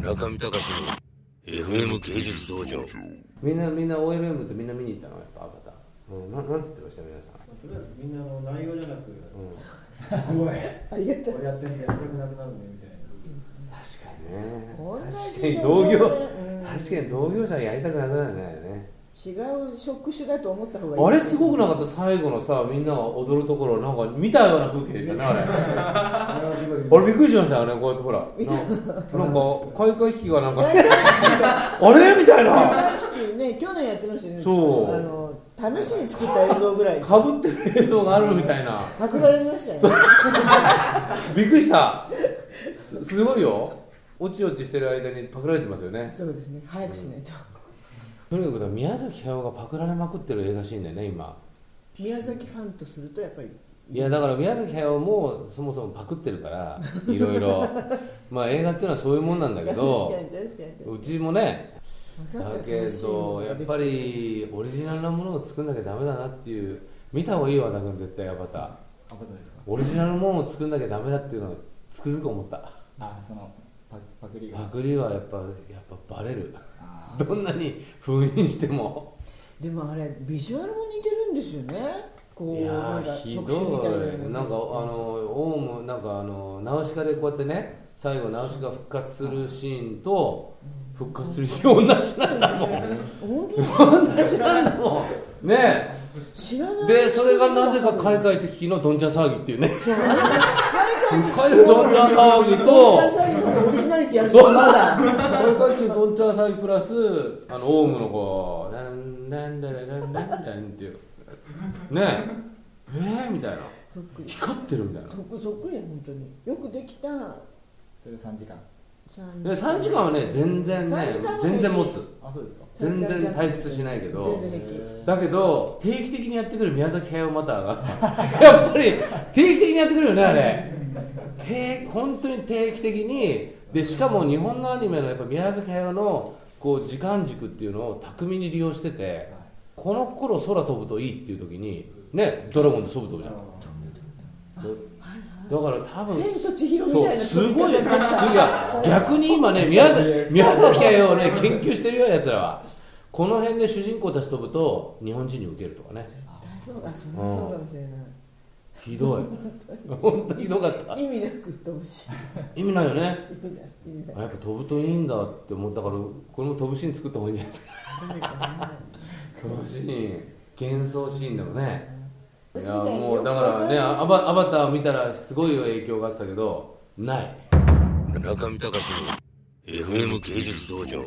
中見隆の FM 芸術道場みんなみんな OMM ってみんな見に行ったのやっぱ赤田、うん、ななんて言ってました皆さんとりあえずみんなの内容じゃなく、ごいありがとこれやってんでやりたくなくなるねみたいな。確同かにね確じかに同業うん確かに同業者がやりたくなくなるね違う職種だと思った方がいいあれすごくなかった最後のさみんなが踊るところなんか見たような風景でしたねあれあれはすごい。俺びっくりしましたよねこうやってほらななんか開会式がなんか あれみたいなね去年やってましたよねそうあの試しに作った映像ぐらいかぶってる映像があるみたいなパクられましたよねびっくりしたすすごいよおちおちしてる間にパクられてますよねそうですね早くしないと、とにかく宮崎駿がパクられまくってる映画シーンだよね今宮崎ファンとするとやっぱりいやだから宮崎駿もそもそもパクってるから いろいろまあ映画っていうのはそういうもんなんだけ確かどに確かにうちもね混ざだったけ楽しいもどのやがっできぱりオリジナルなものを作んなきゃダメだなっていう見た方がいいよ和田君絶対アバターあことですかオリジナルのものを作んなきゃダメだっていうのをつくづく思ったあそのパパクリがパクリはやっぱやっぱバレるあどんなに封印してもでもあれビジュアルも似てるんですよねこいうやなんかーひど触手みたいなのいなんかあのオウムなんかあのナウシカでこうやってね最後ナウシカ復活するシーンと復活するシーン同じなんだもん本当に同じなんだもんね知らなえいでそれがなぜか開会的昨日どんちゃん騒ぎっていうね開会的どんちゃん騒ぎドンチャとンサイの方がオリジナリティやるとま開だ会的どんちゃん騒ぎプラスあのオウムのこう「なんなんだらなんなんだん」っていうねええー、みたいなそっくり光ってるみたいなそっくりそっくりや本当によくできたそれ3時間三で3時間はね全然3ね時間は平気全然持つあそうですか全然退屈しないけど全然平気だけど定期的にやってくる宮崎駿マターが やっぱり定期的にやってくるよねあれ定本当に定期的にでしかも日本のアニメのやっぱ宮崎駿のこう時間軸っていうのを巧みに利用しててこの頃空飛ぶといいっていう時にねドラゴンと空飛ぶじゃんだから多分千と千尋みそたいうなす飛びご方いだすっいたや逆に今ね宮崎宮崎駿をね研究してるよやつらはこの辺で主人公たち飛ぶと日本人に受けるとかねそうあそんなそうかもしれなひどい 本当ひどかったい意味なく飛 ぶし意味ないよね意味ない意味ないあやっぱ飛ぶといいんだって思ったからこの飛ぶシーン作った方がいいんじゃないですか誰か な飛ぶシーン幻想シーンでもねい 私みやたいにもうだからねアバアバター見たらすごい影響があったけどない中見隆の FM 芸術道場